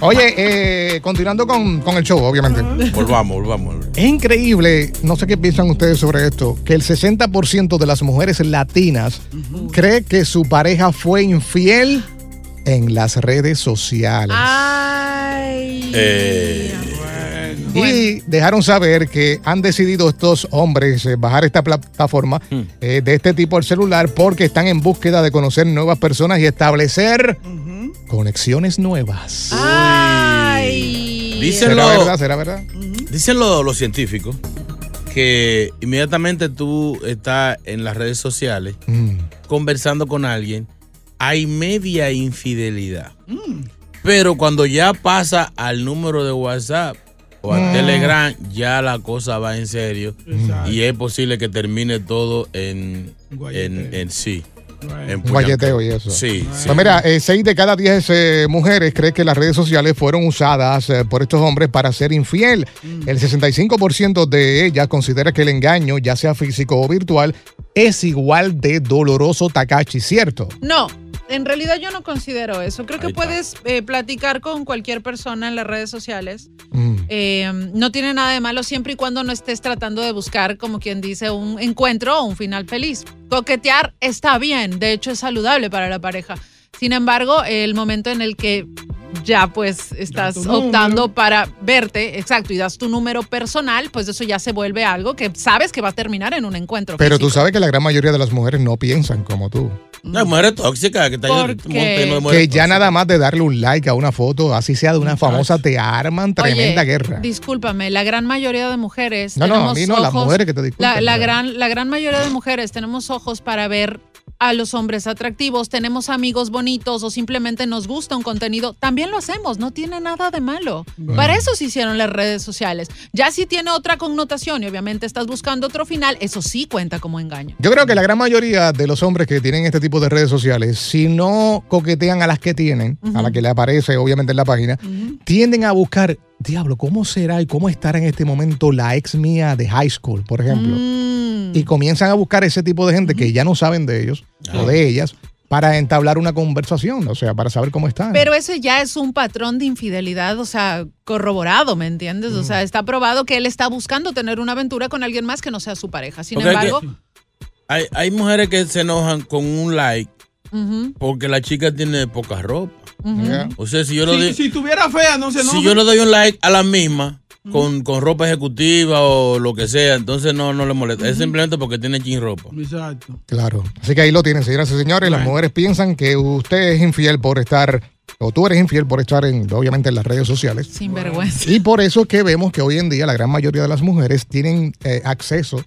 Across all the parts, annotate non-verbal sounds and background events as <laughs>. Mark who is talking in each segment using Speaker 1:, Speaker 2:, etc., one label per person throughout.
Speaker 1: Oye, eh, continuando con, con el show, obviamente.
Speaker 2: Volvamos, volvamos.
Speaker 1: Es increíble, no sé qué piensan ustedes sobre esto, que el 60% de las mujeres latinas cree que su pareja fue infiel en las redes sociales.
Speaker 3: Ah,
Speaker 4: Ay.
Speaker 2: Eh,
Speaker 1: Y dejaron saber que han decidido estos hombres eh, bajar esta plataforma eh, de este tipo al celular porque están en búsqueda de conocer nuevas personas y establecer conexiones nuevas.
Speaker 2: Ah,
Speaker 4: Ay.
Speaker 2: dicen,
Speaker 1: ¿Será verdad?
Speaker 2: los,
Speaker 1: ¿Será verdad?
Speaker 2: dicen lo- los científicos que inmediatamente tú estás en las redes sociales
Speaker 1: Mm.
Speaker 2: conversando con alguien, hay media infidelidad. Pero cuando ya pasa al número de WhatsApp o a Telegram, ya la cosa va en serio. Y es posible que termine todo en, en, en sí. En
Speaker 1: Un guayeteo y eso.
Speaker 2: Sí, sí.
Speaker 1: Pues mira, 6 de cada 10 eh, mujeres creen que las redes sociales fueron usadas eh, por estos hombres para ser infiel.
Speaker 4: Mm.
Speaker 1: El 65% de ellas considera que el engaño, ya sea físico o virtual, es igual de doloroso, Takashi, ¿cierto?
Speaker 4: No, en realidad yo no considero eso. Creo
Speaker 2: Ahí
Speaker 4: que
Speaker 2: está.
Speaker 4: puedes eh, platicar con cualquier persona en las redes sociales.
Speaker 1: Mm.
Speaker 4: Eh, no tiene nada de malo siempre y cuando no estés tratando de buscar, como quien dice, un encuentro o un final feliz. Coquetear está bien, de hecho es saludable para la pareja. Sin embargo, el momento en el que ya pues estás optando para verte, exacto, y das tu número personal, pues eso ya se vuelve algo que sabes que va a terminar en un encuentro.
Speaker 1: Pero tú
Speaker 4: físico.
Speaker 1: sabes que la gran mayoría de las mujeres no piensan como tú.
Speaker 2: No, hay mujeres tóxicas que está
Speaker 4: ¿Por
Speaker 2: lleno de-
Speaker 4: qué?
Speaker 2: lleno de mujeres
Speaker 1: Que ya
Speaker 2: tóxicas.
Speaker 1: nada más de darle un like a una foto, así sea de una famosa, te arman
Speaker 4: Oye,
Speaker 1: tremenda guerra.
Speaker 4: Discúlpame, la gran mayoría de mujeres.
Speaker 1: No, no,
Speaker 4: tenemos
Speaker 1: a mí no, las
Speaker 4: ojos-
Speaker 1: mujeres que te
Speaker 4: La,
Speaker 1: disculpen,
Speaker 4: la
Speaker 1: pero-
Speaker 4: gran, la gran mayoría de mujeres tenemos ojos para ver a los hombres atractivos, tenemos amigos bonitos o simplemente nos gusta un contenido, también lo hacemos, no tiene nada de malo. Para eso se hicieron las redes sociales. Ya si tiene otra connotación y obviamente estás buscando otro final, eso sí cuenta como engaño.
Speaker 1: Yo creo que la gran mayoría de los hombres que tienen este tipo de redes sociales, si no coquetean a las que tienen, a la que le aparece obviamente en la página, tienden a buscar, diablo, ¿cómo será y cómo estará en este momento la ex mía de high school, por ejemplo?
Speaker 4: Mm.
Speaker 1: Y comienzan a buscar ese tipo de gente que ya no saben de ellos o de ellas para entablar una conversación, o sea, para saber cómo están.
Speaker 4: Pero ese ya es un patrón de infidelidad, o sea, corroborado, ¿me entiendes? O sea, está probado que él está buscando tener una aventura con alguien más que no sea su pareja. Sin
Speaker 2: Porque hay que-
Speaker 4: embargo,
Speaker 2: Hay, hay mujeres que se enojan con un like
Speaker 4: ujú,
Speaker 2: porque la chica tiene poca ropa.
Speaker 4: ujú.
Speaker 1: Ya.
Speaker 2: O sea, si yo lo digo.
Speaker 5: tuviera fea, no se
Speaker 2: si yo le doy un like a la misma con, con ropa ejecutiva o lo que sea, entonces no, no le molesta. Es simplemente porque tiene chin ropa.
Speaker 5: Exacto.
Speaker 1: Claro. Así que ahí lo tienen, señoras y señores. Las mujeres piensan que usted es infiel por estar, o tú eres infiel por estar en, obviamente, en las redes sociales.
Speaker 4: Sin vergüenza.
Speaker 1: Y por eso es que vemos que hoy en día la gran mayoría de las mujeres tienen eh, acceso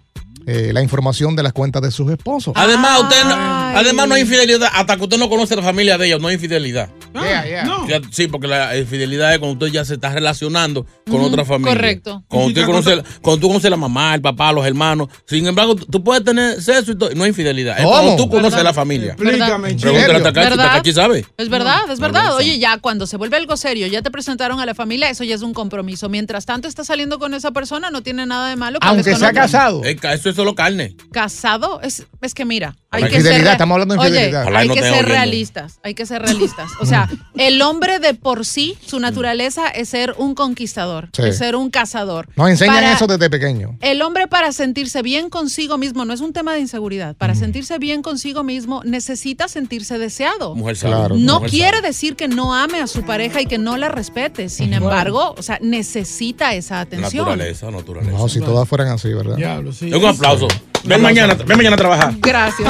Speaker 1: eh, la información de las cuentas de sus esposos.
Speaker 2: Además, usted no, además no hay infidelidad. Hasta que usted no conoce a la familia de ellos, no hay infidelidad.
Speaker 1: Yeah, yeah.
Speaker 6: No.
Speaker 2: Ya- Sí, porque la infidelidad es cuando usted ya se está relacionando con
Speaker 4: Ujú,
Speaker 2: otra familia.
Speaker 4: correcto.
Speaker 2: Cuando,
Speaker 6: Y
Speaker 2: usted
Speaker 6: ya
Speaker 2: conoce, cuando tú conoces la mamá, el papá, los hermanos. Sin embargo, tú- tú puedes tener sexo y todo. y No hay infidelidad. Es
Speaker 1: ¿Cómo?
Speaker 2: cuando tú conoces a la
Speaker 4: ¿Verdad?
Speaker 2: familia.
Speaker 6: Explícame,
Speaker 1: ¿En
Speaker 6: chico.
Speaker 1: serio?
Speaker 2: Pregúntale a Takachi,
Speaker 4: ¿Verdad?
Speaker 2: Takachi sabe.
Speaker 4: Es verdad, es verdad. Oye, ya cuando se vuelve algo serio, ya te presentaron a la familia, eso ya es un compromiso. Mientras tanto estás saliendo con esa persona, no tiene nada de malo. que hables
Speaker 1: Aunque
Speaker 4: con
Speaker 1: sea
Speaker 4: otra.
Speaker 1: casado.
Speaker 2: Eh, ca- Eso es solo carne.
Speaker 4: Casado, es, es que mira, hay
Speaker 1: La
Speaker 4: que
Speaker 1: infidelidad,
Speaker 4: ser re-
Speaker 1: estamos hablando de
Speaker 4: Oye,
Speaker 1: infidelidad.
Speaker 2: Ojalá
Speaker 4: hay
Speaker 2: no
Speaker 4: que
Speaker 2: esté
Speaker 4: ser
Speaker 2: oyendo.
Speaker 4: realistas, hay que ser realistas.
Speaker 1: <laughs>
Speaker 4: O sea, el hombre de por sí, su naturaleza es ser un conquistador,
Speaker 1: Sí.
Speaker 4: es ser un cazador.
Speaker 1: Nos enseñan
Speaker 4: Para-
Speaker 1: eso desde pequeño.
Speaker 4: El hombre para sentirse bien consigo mismo, no es un tema de inseguridad, para
Speaker 1: Mm.
Speaker 4: sentirse bien consigo mismo necesita sentirse deseado.
Speaker 2: Mujer sabe.
Speaker 1: Claro.
Speaker 4: No
Speaker 2: Mujer
Speaker 4: quiere
Speaker 2: sabe.
Speaker 4: decir que no ame a su pareja y que no la respete. Sin embargo, o sea, necesita esa atención.
Speaker 2: Naturaleza, naturaleza.
Speaker 1: No, si todas fueran así, ¿verdad?
Speaker 6: Diablo, sí.
Speaker 2: Un aplauso. Ven mañana, ven mañana a trabajar.
Speaker 4: Gracias.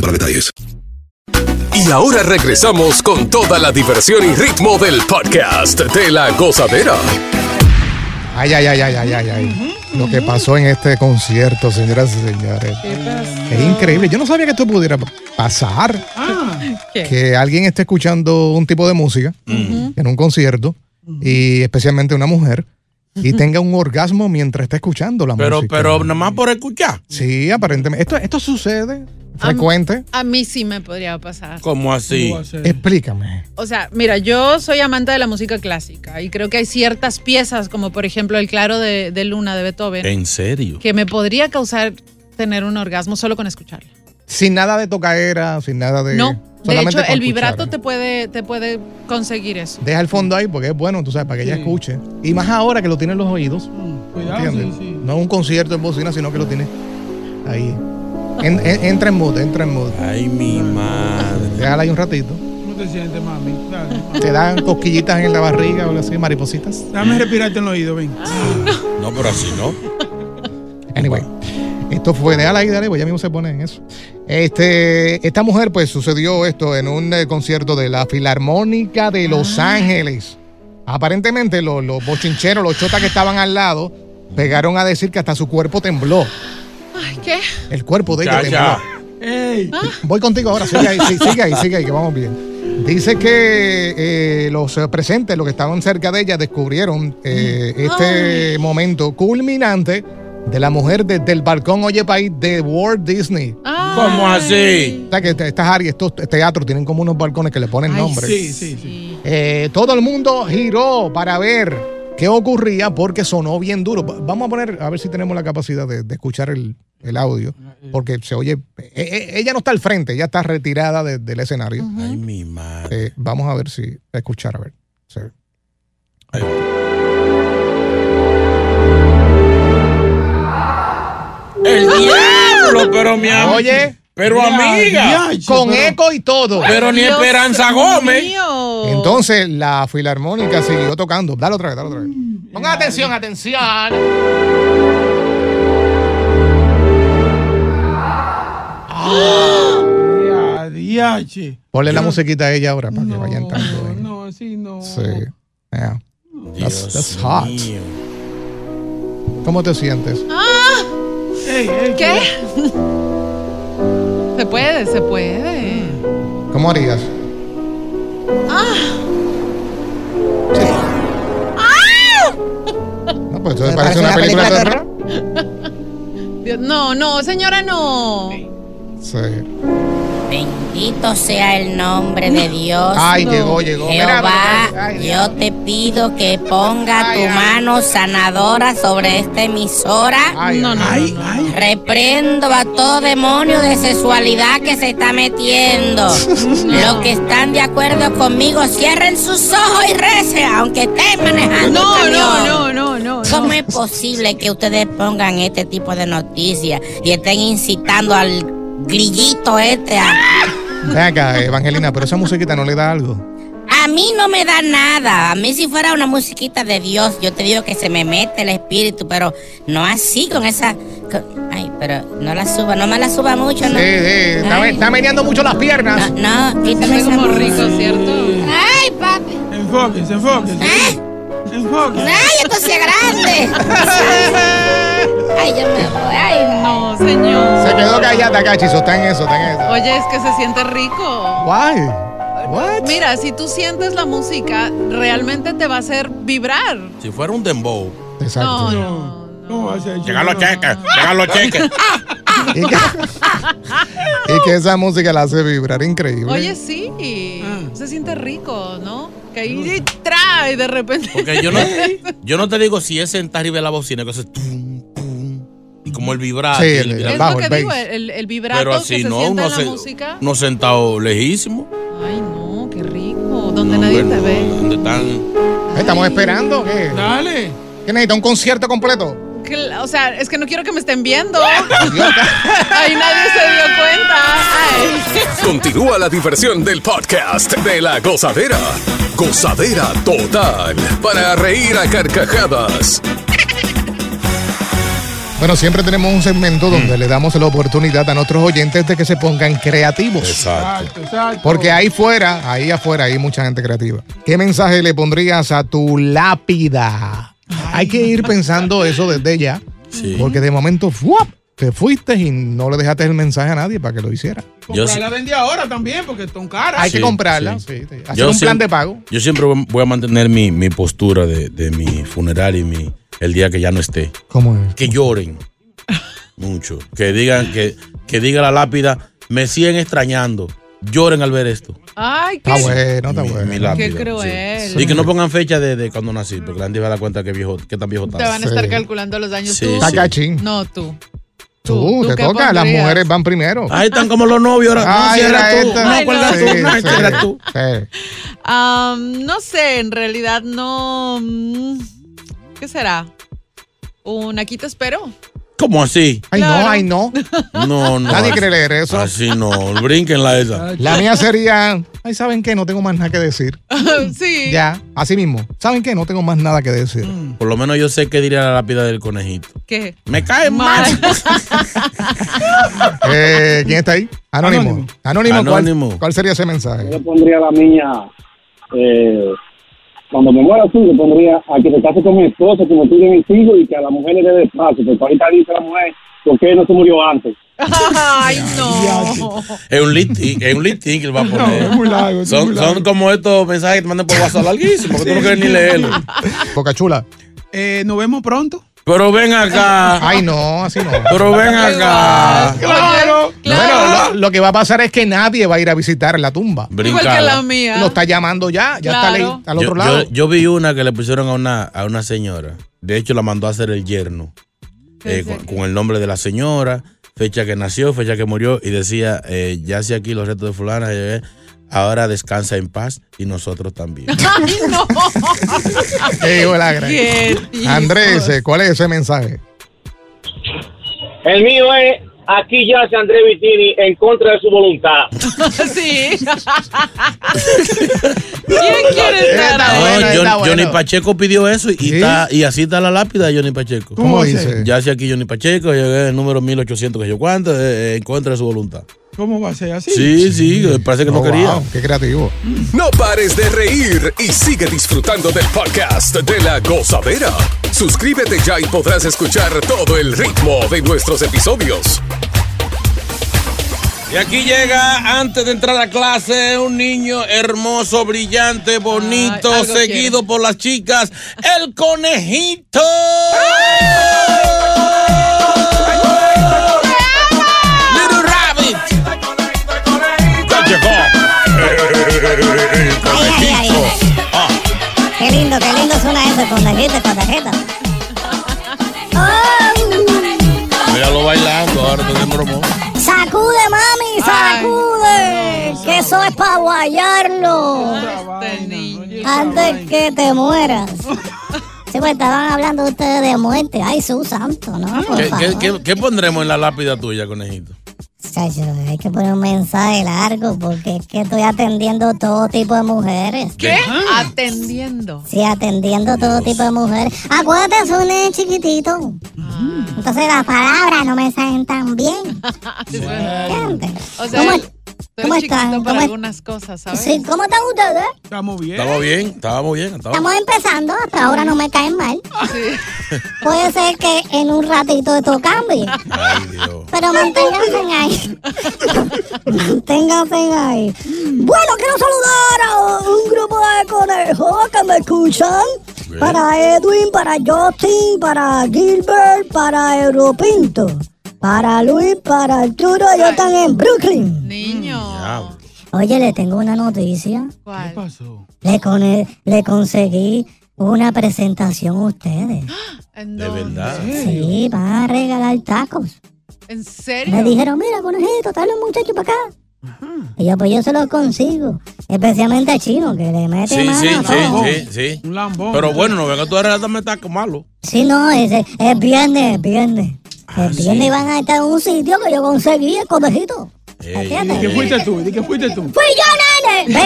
Speaker 7: para detalles.
Speaker 8: Y ahora regresamos con toda la diversión y ritmo del podcast de la gozadera.
Speaker 1: Ay, ay, ay, ay, ay, ay, ay. Lo que pasó en este concierto, señoras y señores. Es increíble. Yo no sabía que esto pudiera pasar. Que alguien esté escuchando un tipo de música en un concierto y especialmente una mujer y tenga un orgasmo mientras está escuchando la
Speaker 2: Pero,
Speaker 1: música.
Speaker 2: pero nada más por escuchar.
Speaker 1: Sí, aparentemente. Esto, esto sucede frecuente.
Speaker 4: A mí sí me podría pasar.
Speaker 2: ¿Cómo así?
Speaker 1: Explícame.
Speaker 4: O sea, Ah. mira, yo soy amante de la música clásica y creo que hay ciertas piezas, como por ejemplo el Claro de, de Luna de Beethoven,
Speaker 2: ¿En serio?
Speaker 4: que me podría causar tener un orgasmo solo con escucharla.
Speaker 1: Sin nada de tocaera, sin nada de.
Speaker 4: no, de
Speaker 1: solamente
Speaker 4: hecho,
Speaker 1: con
Speaker 4: el vibrato
Speaker 1: escuchar.
Speaker 4: te puede, te puede conseguir eso.
Speaker 1: Deja el fondo ahí porque es bueno, tú sabes, para que ella escuche. Y más ahora que lo tiene en los oídos.
Speaker 6: Mm, Cuidado, sí,
Speaker 1: ¿entiendes?
Speaker 6: sí.
Speaker 1: No es un concierto en bocina, sino que lo tiene ahí. En- en- entra en mood, entra en mood.
Speaker 2: Ay, mi madre.
Speaker 1: Déjala ahí un ratito.
Speaker 6: ¿Cómo te sientes, mami? Dale.
Speaker 1: Te dan cosquillitas en la barriga o algo así, maripositas.
Speaker 6: Dame respirarte en los oídos, ven.
Speaker 2: No, pero así no.
Speaker 1: Anyway, esto fue, déjala ahí, dale, pues ya mismo se pone en eso. Este, esta mujer, pues sucedió esto en un eh, concierto de la Filarmónica de Los
Speaker 4: Ah.
Speaker 1: Ángeles. Aparentemente, los, los bochincheros, los chotas que estaban al lado, pegaron a decir que hasta su cuerpo tembló.
Speaker 4: Ay, ¿qué?
Speaker 1: El cuerpo de ella
Speaker 2: Ya, ya.
Speaker 1: tembló. Voy contigo ahora, sigue ahí, sí, sigue ahí, sigue ahí, que vamos bien. Dice que eh, los eh, presentes, los que estaban cerca de ella, descubrieron eh, este momento culminante de la mujer desde el balcón Oye País de Walt Disney.
Speaker 4: Ay.
Speaker 2: ¿Cómo así?
Speaker 1: O sea, que estas áreas, estos teatros tienen como unos balcones que le ponen
Speaker 4: Ay,
Speaker 1: nombres.
Speaker 6: Sí, sí, sí.
Speaker 1: Eh, todo el mundo giró para ver qué ocurría porque sonó bien duro. Va- Vamos a poner, a ver si tenemos la capacidad de, de escuchar el, el audio, porque se oye, e- e- ella no está al frente, ella está retirada de- del escenario.
Speaker 2: Ay, mi madre.
Speaker 1: Eh, vamos a ver si, a escuchar, a ver. Sí.
Speaker 2: Ay, El diablo, pero mi amiga.
Speaker 1: Oye,
Speaker 2: Pero amiga.
Speaker 6: Ay,
Speaker 1: con
Speaker 6: pero-
Speaker 1: eco y todo.
Speaker 2: Pero ni
Speaker 4: Dios
Speaker 2: Esperanza Gómez.
Speaker 4: mío.
Speaker 1: Entonces la filarmónica siguió tocando. Dale otra vez, dale otra vez.
Speaker 6: Mm.
Speaker 1: Pongan atención, atención.
Speaker 6: Ya, diache.
Speaker 1: Ponle la musiquita a ella ahora para que vayan tanto. eh.
Speaker 6: No, no, así no.
Speaker 1: Sí. Yeah. That's-
Speaker 2: Dios
Speaker 1: that's hot.
Speaker 2: mío.
Speaker 1: ¿Cómo te sientes?
Speaker 4: Ah. ¿Qué? <laughs> Se puede, se puede.
Speaker 1: ¿Cómo harías? No, pues entonces parece una película de terror.
Speaker 4: <laughs> Dios- No, no, señora, no.
Speaker 1: Sí.
Speaker 5: Bendito sea el nombre de Dios.
Speaker 1: Ay, llegó, llegó. Mira,
Speaker 5: Jehová,
Speaker 1: ay, ay.
Speaker 5: yo te pido que ponga
Speaker 1: Ay,
Speaker 5: tu
Speaker 1: ay.
Speaker 5: mano sanadora sobre esta emisora.
Speaker 1: Ay,
Speaker 4: No, no, no, no.
Speaker 5: Reprendo a todo demonio de sexualidad que se está metiendo.
Speaker 1: <laughs>
Speaker 5: Los que están de acuerdo conmigo, cierren sus ojos y recen, aunque estén manejando. un
Speaker 4: No,
Speaker 5: camión.
Speaker 4: no, no, no, no.
Speaker 5: ¿Cómo es posible que ustedes pongan este tipo de noticias y estén incitando al grillito este a...
Speaker 1: <laughs> Ven acá, Evangelina, pero esa musiquita no le da algo.
Speaker 5: A mí no me da nada. A mí si fuera una musiquita de Dios, yo te digo que se me mete el espíritu, pero no así con esa... con- Ay, pero no la suba, no me la suba mucho,
Speaker 1: Sí,
Speaker 5: ¿no?
Speaker 1: sí, está,
Speaker 5: Ay.
Speaker 1: está meneando mucho las
Speaker 5: <laughs>
Speaker 1: piernas.
Speaker 5: No, no, quítame
Speaker 4: Es
Speaker 5: esa
Speaker 4: como
Speaker 5: música. Ah.
Speaker 4: rico, ¿cierto?
Speaker 5: Ay, papi.
Speaker 2: Enfóquense, enfóquense.
Speaker 5: ¿Eh?
Speaker 2: Enfóquense.
Speaker 5: Ay, esto sí es grande. Ay, yo me voy. Ay,
Speaker 4: No, señor.
Speaker 1: Se quedó callada acá, Chizo. Está en eso, está en eso.
Speaker 4: Oye, es que se siente rico.
Speaker 1: Guay. What?
Speaker 4: Mira, si tú sientes la música, realmente te va a hacer vibrar.
Speaker 2: Si fuera un dembow.
Speaker 4: No,
Speaker 1: Exacto.
Speaker 4: no, no.
Speaker 2: Llegan los cheques, llegan los cheques.
Speaker 1: Y, que, <laughs> y que esa música la hace vibrar increíble.
Speaker 4: Oye, sí.
Speaker 2: Ah.
Speaker 4: Se siente rico, ¿no? Que ahí y trae de repente.
Speaker 2: Porque yo no, yo no te digo si es sentar arriba de la bocina, que hace tum, tum, y como el vibrar.
Speaker 1: Sí,
Speaker 2: y
Speaker 1: el-
Speaker 4: es
Speaker 2: vibrar.
Speaker 1: bajo,
Speaker 4: lo que
Speaker 1: el
Speaker 4: digo,
Speaker 1: bass.
Speaker 4: el, el vibrato
Speaker 2: Pero
Speaker 4: que
Speaker 2: así
Speaker 4: se
Speaker 2: no,
Speaker 4: siente
Speaker 2: uno,
Speaker 4: en la
Speaker 2: se-
Speaker 4: música.
Speaker 2: uno sentado lejísimo.
Speaker 4: Ay, no, qué rico. Donde nadie
Speaker 2: Bueno,
Speaker 4: te ve.
Speaker 2: ¿Dónde están?
Speaker 1: Estamos esperando. ¿Qué?
Speaker 2: Dale.
Speaker 1: ¿Qué necesita? ¿Un concierto completo?
Speaker 4: Cla- O sea, es que no quiero que me estén viendo. Ahí nadie se dio cuenta. Ay.
Speaker 7: Continúa la diversión del podcast de la gozadera. Gozadera total. Para reír a carcajadas.
Speaker 1: Bueno, siempre tenemos un segmento donde
Speaker 2: Mm.
Speaker 1: le damos la oportunidad a nuestros oyentes de que se pongan creativos.
Speaker 2: Exacto.
Speaker 1: Porque ahí fuera, ahí afuera, hay mucha gente creativa. ¿Qué mensaje le pondrías a tu lápida? Hay que ir pensando eso desde ya.
Speaker 2: Sí.
Speaker 1: Porque de momento, ¡fuap! Te fuiste y no le dejaste el mensaje a nadie para que lo hiciera.
Speaker 2: Yo, sí-
Speaker 1: Hay que
Speaker 2: Sí,
Speaker 1: comprarla,
Speaker 2: sí.
Speaker 1: sí, sí. hacer
Speaker 2: Yo
Speaker 1: un plan
Speaker 2: siempre-
Speaker 1: de pago.
Speaker 2: yo siempre voy voy a mantener mi, mi postura de, de mi funeral y mi, el día que ya no esté.
Speaker 1: ¿Cómo es?
Speaker 2: que lloren mucho, que digan que, que diga la lápida, me siguen extrañando, lloren al ver esto.
Speaker 4: Ay, qué
Speaker 1: Está bueno, está
Speaker 2: Mi-
Speaker 1: bueno.
Speaker 2: mi lápida,
Speaker 4: Qué cruel.
Speaker 2: sí. Y que no pongan fecha de, de cuando nací, porque la gente va a dar cuenta que viejo, que tan viejo
Speaker 4: Te
Speaker 2: está.
Speaker 4: van a estar
Speaker 1: Sí.
Speaker 4: calculando los años
Speaker 2: Sí,
Speaker 4: tú.
Speaker 1: Está
Speaker 2: sí.
Speaker 1: cachín.
Speaker 4: No, tú.
Speaker 1: Tú,
Speaker 4: ¿tú
Speaker 1: te
Speaker 4: qué
Speaker 1: toca. Las
Speaker 4: pondrías?
Speaker 1: mujeres van primero.
Speaker 2: Ahí están como los novios ahora. No, si eras tú.
Speaker 1: esta.
Speaker 2: No,
Speaker 4: Ay,
Speaker 2: ¿cuál
Speaker 4: no.
Speaker 2: eras tú?
Speaker 1: Sí,
Speaker 2: No,
Speaker 1: sí,
Speaker 2: este eras tú.
Speaker 1: sí.
Speaker 4: Ah, no sé, en realidad no. mm, ¿Qué será? Un aquí te espero.
Speaker 2: ¿Cómo así?
Speaker 1: Ay,
Speaker 4: Claro.
Speaker 1: no, ay, no.
Speaker 2: No, no.
Speaker 1: Nadie
Speaker 2: así-
Speaker 1: quiere leer eso.
Speaker 2: Así no, brínquenla esa.
Speaker 1: La mía sería, ay, ¿saben qué? No tengo más nada
Speaker 9: <laughs>
Speaker 1: que decir.
Speaker 4: sí.
Speaker 1: Ya, así mismo. ¿Saben qué? No tengo más nada que decir.
Speaker 9: Mm.
Speaker 2: Por lo menos yo sé qué diría la lápida del conejito.
Speaker 4: ¿Qué?
Speaker 2: Me cae mal.
Speaker 4: Mal.
Speaker 1: Eh, ¿Quién está ahí? Anónimo. Anónimo, ¿cuál- ¿cuál,
Speaker 2: Anónimo.
Speaker 1: sería ese mensaje?
Speaker 10: Yo pondría la mía, eh, cuando me muera tú, yo pondría a que se case con mi esposo, que me cuide mis hijos y que a la mujer le dé espacio, porque ahorita dice la mujer, ¿por qué no se murió antes?
Speaker 4: Ay, no.
Speaker 2: Es un listing, es un listing que él va a poner.
Speaker 1: largo.
Speaker 2: Son, son como estos mensajes que te
Speaker 1: <laughs>
Speaker 2: mandan por WhatsApp larguísimos, que tú no quieres ni leerlo.
Speaker 1: Boca chula.
Speaker 6: nos vemos pronto.
Speaker 2: Pero ven acá.
Speaker 1: Ay, no, así no.
Speaker 2: Pero ven acá.
Speaker 4: Claro.
Speaker 1: Bueno, lo, lo que va a pasar es que nadie va a ir a visitar la tumba.
Speaker 4: Igual que la
Speaker 2: Brincala.
Speaker 4: mía.
Speaker 1: Lo está llamando ya, ya está
Speaker 4: Claro.
Speaker 1: ahí, al otro
Speaker 2: yo,
Speaker 9: <laughs>
Speaker 1: lado.
Speaker 2: yo- yo vi una que le pusieron a una, a una señora. De hecho, la mandó a hacer el yerno. eh, con, con el nombre de la señora, fecha que nació, fecha que murió. Y decía, eh, ya sé aquí los retos de fulana. eh, ahora descansa en paz y nosotros también.
Speaker 4: Ay, no.
Speaker 1: Ey, hola, gran-
Speaker 4: Qué tipo.
Speaker 1: Andrés, eh, ¿cuál es ese mensaje?
Speaker 10: El mío es, aquí yace André Vitini en contra de su voluntad.
Speaker 4: Sí. ¿Quién quiere estar
Speaker 1: Está
Speaker 2: No,
Speaker 4: ahí?
Speaker 1: bueno,
Speaker 2: John-
Speaker 1: está bueno.
Speaker 2: Johnny Pacheco pidió eso y,
Speaker 1: ¿Sí?
Speaker 2: está, y así está la lápida de Johnny Pacheco.
Speaker 1: ¿Cómo dice?
Speaker 2: Ya hace aquí Johnny Pacheco, llegué el número 1800, que yo cuánto, eh, eh, en contra de su voluntad.
Speaker 9: ¿Cómo va a ser así?
Speaker 2: Sí, sí, parece que no
Speaker 1: Oh,
Speaker 2: quería.
Speaker 1: wow, qué creativo.
Speaker 11: No pares de reír y sigue disfrutando del podcast de la gozadera. Suscríbete ya y podrás escuchar todo el ritmo de nuestros episodios.
Speaker 2: Y aquí llega, antes de entrar a clase, un niño hermoso, brillante, bonito,
Speaker 9: Ay, algo
Speaker 2: seguido por las chicas, el conejito. Little Rabbit. Ya llegó. El conejito.
Speaker 12: Qué lindo, qué lindo suena eso, conejito, conejito. ¡Oh!
Speaker 2: Míralo bailando, ahora tenemos bromón.
Speaker 12: ¡Sacude, mami, sacude! Que eso es para guayarlo. Antes que te mueras. Sí, pues estaban hablando ustedes de muerte. Ay, su santo, ¿no? Por
Speaker 2: ¿Qué, qué,
Speaker 12: favor.
Speaker 2: qué- qué pondremos en la lápida tuya, conejito?
Speaker 12: Chacho, hay que poner un mensaje largo porque es que estoy atendiendo todo tipo de mujeres.
Speaker 4: ¿Qué? Atendiendo.
Speaker 12: Sí, atendiendo todo tipo de mujeres. Acuérdate, soy un nene chiquitito.
Speaker 4: Ah.
Speaker 12: Entonces las palabras no me salen
Speaker 4: <laughs>
Speaker 12: tan bien.
Speaker 4: O sea,
Speaker 12: ¿Cómo-
Speaker 4: estoy
Speaker 12: cómo
Speaker 4: chiquito
Speaker 12: están?
Speaker 4: para
Speaker 12: ¿Cómo es-
Speaker 4: algunas cosas, ¿sabes?
Speaker 12: Sí, ¿Cómo están ustedes?
Speaker 9: Estamos bien.
Speaker 2: Estamos bien, estábamos bien.
Speaker 12: Estamos empezando, hasta ahora no me caen mal. <laughs> Puede ser que en un ratito esto cambie. Pero manténganse
Speaker 4: <laughs>
Speaker 12: ahí. manténganse ahí. Bueno, quiero saludar a un grupo de conejos que me escuchan. Para Edwin, para Justin, para Gilbert, para Europinto, para Luis, para Arturo, ellos están en Brooklyn.
Speaker 9: Ah,
Speaker 4: Niño.
Speaker 12: Oye, le tengo una noticia.
Speaker 4: ¿Qué pasó?
Speaker 12: Le, con- le conseguí una presentación a ustedes.
Speaker 4: ¿De
Speaker 2: verdad?
Speaker 12: Sí, van a regalar tacos.
Speaker 4: ¿En serio?
Speaker 12: Me dijeron, mira, conejito, trae los muchachos para acá. Y yo, pues yo se los consigo. Especialmente a Chino, que le mete
Speaker 2: Sí,
Speaker 12: mano
Speaker 2: sí,
Speaker 12: a todo.
Speaker 2: sí, sí, sí. Pero bueno, no venga tú a relatarme taco malo.
Speaker 12: Sí, no, es, es viernes, es viernes. Es viernes y van a estar en un sitio que yo conseguí, el conejito.
Speaker 9: Di que
Speaker 2: Eh,
Speaker 9: fuiste tú, di que fuiste tú.
Speaker 12: ¡Fui yo, nene!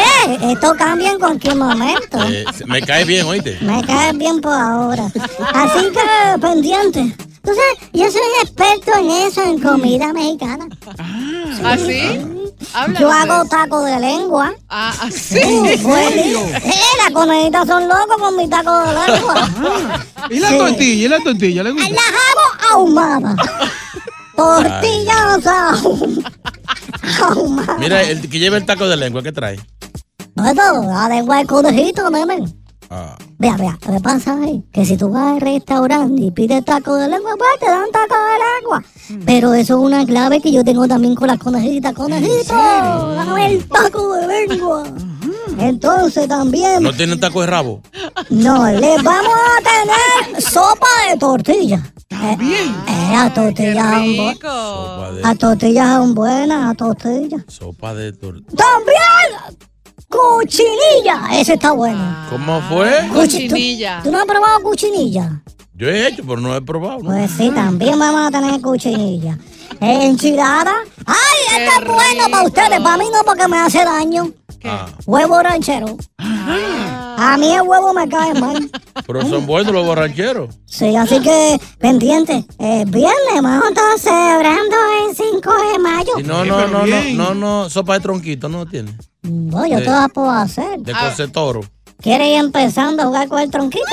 Speaker 12: Ve, esto cambia en cualquier momento.
Speaker 2: Eh, me cae bien, oíste.
Speaker 12: Me cae bien por ahora. Así que pendiente. Entonces, yo soy experto en eso, en comida mexicana.
Speaker 4: ¿Ah, sí? Háblanos
Speaker 12: Yo
Speaker 4: de
Speaker 12: hago
Speaker 4: eso.
Speaker 12: taco de lengua. Uh,
Speaker 4: Ah, ah, sí.
Speaker 12: Sí,
Speaker 9: serio?
Speaker 12: las conejitas son locos con mi taco de lengua.
Speaker 4: Ah.
Speaker 9: ¿Y la
Speaker 12: Sí.
Speaker 9: tortilla? ¿Y la tortilla? ¿Le gusta? Ah.
Speaker 12: La hago ahumada. Tortillas ahumadas. Pues
Speaker 2: Mira, el que lleva el taco de lengua, ¿qué trae?
Speaker 12: Bueno, la lengua de conejito, nene.
Speaker 2: Ah.
Speaker 12: Vea, vea, lo que pasa es que si tú vas al restaurante y pides taco de lengua, pues te dan taco de lengua.
Speaker 4: Mm.
Speaker 12: Pero eso es una clave que yo tengo también con las conejitas. Conejito, dame el taco de lengua. Entonces también
Speaker 2: ¿No tienen taco de rabo?
Speaker 12: no, les vamos a tener sopa de tortilla. También. las tortillas son bu-
Speaker 9: Ah.
Speaker 12: las tortillas son buenas, las tortillas.
Speaker 2: Sopa de tortilla.
Speaker 12: También cochinilla, esa está buena.
Speaker 2: ¿Cómo fue?
Speaker 9: Ah.
Speaker 12: Cuchi- ¿tú- ¿Tú, no has probado cochinilla?
Speaker 2: Yo he hecho, pero no he probado. ¿no?
Speaker 12: Pues sí, también vamos a tener cochinilla. Enchilada. ¡Ay, esta es buena para ustedes! Para mí no, porque me hace daño.
Speaker 2: Ah,
Speaker 12: Huevo ranchero. A mí el huevo me cae mal.
Speaker 2: pero son buenos los borracheros.
Speaker 12: Sí, así que pendiente. Eh, viernes, vamos a estar celebrando el 5 de mayo.
Speaker 1: <laughs>
Speaker 2: Y no, no, no, no, no, no, sopa de tronquito no tiene.
Speaker 12: No, yo
Speaker 2: de-
Speaker 12: te las puedo hacer.
Speaker 2: De cose toro.
Speaker 12: ¿Quieres ir empezando a jugar con el tronquito?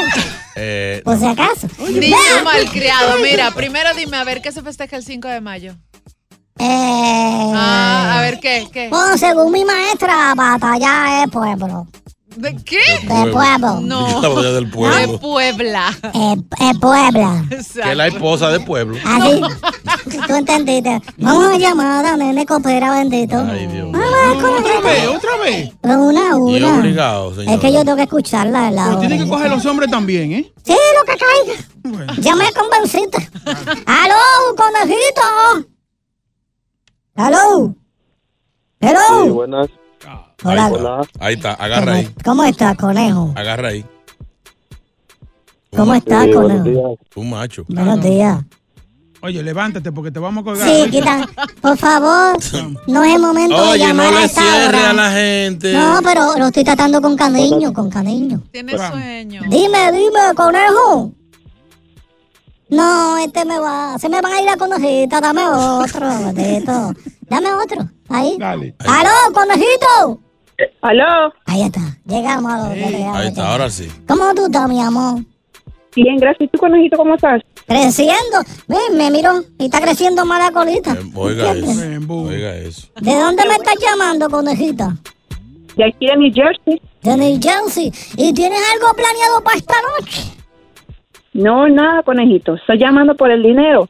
Speaker 2: Eh,
Speaker 12: Por si acaso.
Speaker 4: Niño malcriado. Mira, primero dime, a ver qué se festeja el 5 de mayo.
Speaker 12: Eh,
Speaker 4: Ah, a ver qué, qué.
Speaker 12: Bueno, según mi maestra, batalla es pueblo.
Speaker 4: ¿De qué?
Speaker 12: De pueblo.
Speaker 2: <laughs> No. batalla del
Speaker 4: De
Speaker 2: pueblo.
Speaker 4: Puebla.
Speaker 12: Eh, eh, Puebla.
Speaker 2: Que es la esposa del pueblo.
Speaker 12: Así. Tú entendiste. Vamos a llamar a nene copera bendito. Ah, Ay, Dios
Speaker 9: Otra vez, otra vez.
Speaker 12: Una a
Speaker 9: Y
Speaker 12: una.
Speaker 9: obligado, señor.
Speaker 12: Es que yo tengo que escucharla de lado.
Speaker 9: Pero tiene que coger los hombres también, ¿eh?
Speaker 12: Sí, lo que caiga. Ya me convenciste. ¡Aló, conejito! ¡Aló!
Speaker 13: Sí,
Speaker 12: ¡Hello!
Speaker 13: buenas.
Speaker 12: Hola.
Speaker 2: Ahí está, agarra ahí,
Speaker 12: ¿Cómo estás, conejo?
Speaker 2: agarra ahí.
Speaker 12: ¿Cómo estás,
Speaker 2: Sí, buenos
Speaker 12: conejo?
Speaker 2: Un macho.
Speaker 12: Buenos días.
Speaker 9: Oye, levántate porque te vamos a colgar.
Speaker 12: Sí, quita. Por favor, no es el momento de
Speaker 2: Oye,
Speaker 12: llamar
Speaker 2: no
Speaker 12: a
Speaker 2: le
Speaker 12: esta
Speaker 2: cierre
Speaker 12: hora.
Speaker 2: a la gente.
Speaker 12: No, pero lo estoy tratando con cariño, con cariño.
Speaker 4: Tienes sueño.
Speaker 12: Dime, dime, conejo. No, este me va, se me va a ir la conejita, dame otro, bendito. Dame otro. Ahí.
Speaker 14: Dale.
Speaker 12: ¡Aló, conejito!
Speaker 15: ¡Aló!
Speaker 12: Ahí está. Llegamos a los que llegamos.
Speaker 2: Ahí está, ahora sí.
Speaker 12: ¿Cómo tú estás, mi amor?
Speaker 15: Bien, gracias. ¿Y tú, conejito, cómo estás?
Speaker 12: Creciendo. Ven, me miró. Y está creciendo más la colita.
Speaker 2: Oiga eso. Oiga eso.
Speaker 12: ¿De dónde me estás llamando, conejita?
Speaker 15: De aquí de New Jersey.
Speaker 12: De New Jersey. ¿Y tienes algo planeado para esta noche?
Speaker 15: No, nada, conejito. Estoy llamando por el dinero.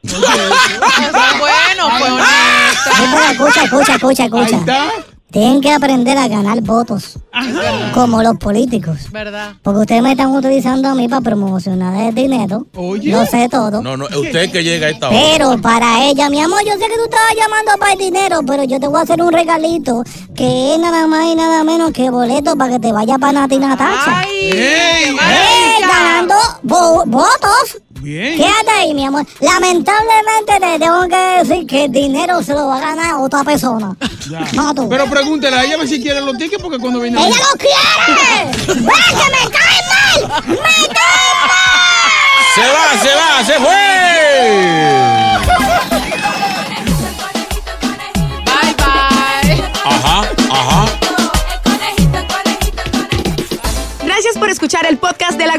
Speaker 16: bueno, pues.
Speaker 12: Escucha, escucha, escucha, escucha, escucha. Tienen que aprender a ganar votos, como los políticos.
Speaker 16: ¿Verdad?
Speaker 12: Porque ustedes me están utilizando a mí para promocionar el dinero. Lo sé todo.
Speaker 2: No, no, es usted que llega a esta hora.
Speaker 12: Pero para ella, mi amor, yo sé que tú estabas llamando para el dinero, pero yo te voy a hacer un regalito que es nada más y nada menos que boleto para que te vaya para Natina
Speaker 3: Ah,
Speaker 12: Taxa.
Speaker 10: ¡Ey!
Speaker 12: ¡Eh! Ganando vo- votos.
Speaker 10: Bien.
Speaker 12: Quédate ahí, mi amor. Lamentablemente te tengo que decir que el dinero se lo va a ganar otra persona. No tú.
Speaker 10: Pero pregúntale a ella a ver si quiere los tickets porque cuando viene.
Speaker 12: ¡Ella lo quiere!
Speaker 2: ¡Se va, se va, se fue!
Speaker 16: Bye, bye.
Speaker 2: Ajá, ajá.
Speaker 3: Gracias por escuchar el podcast de La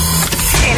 Speaker 17: El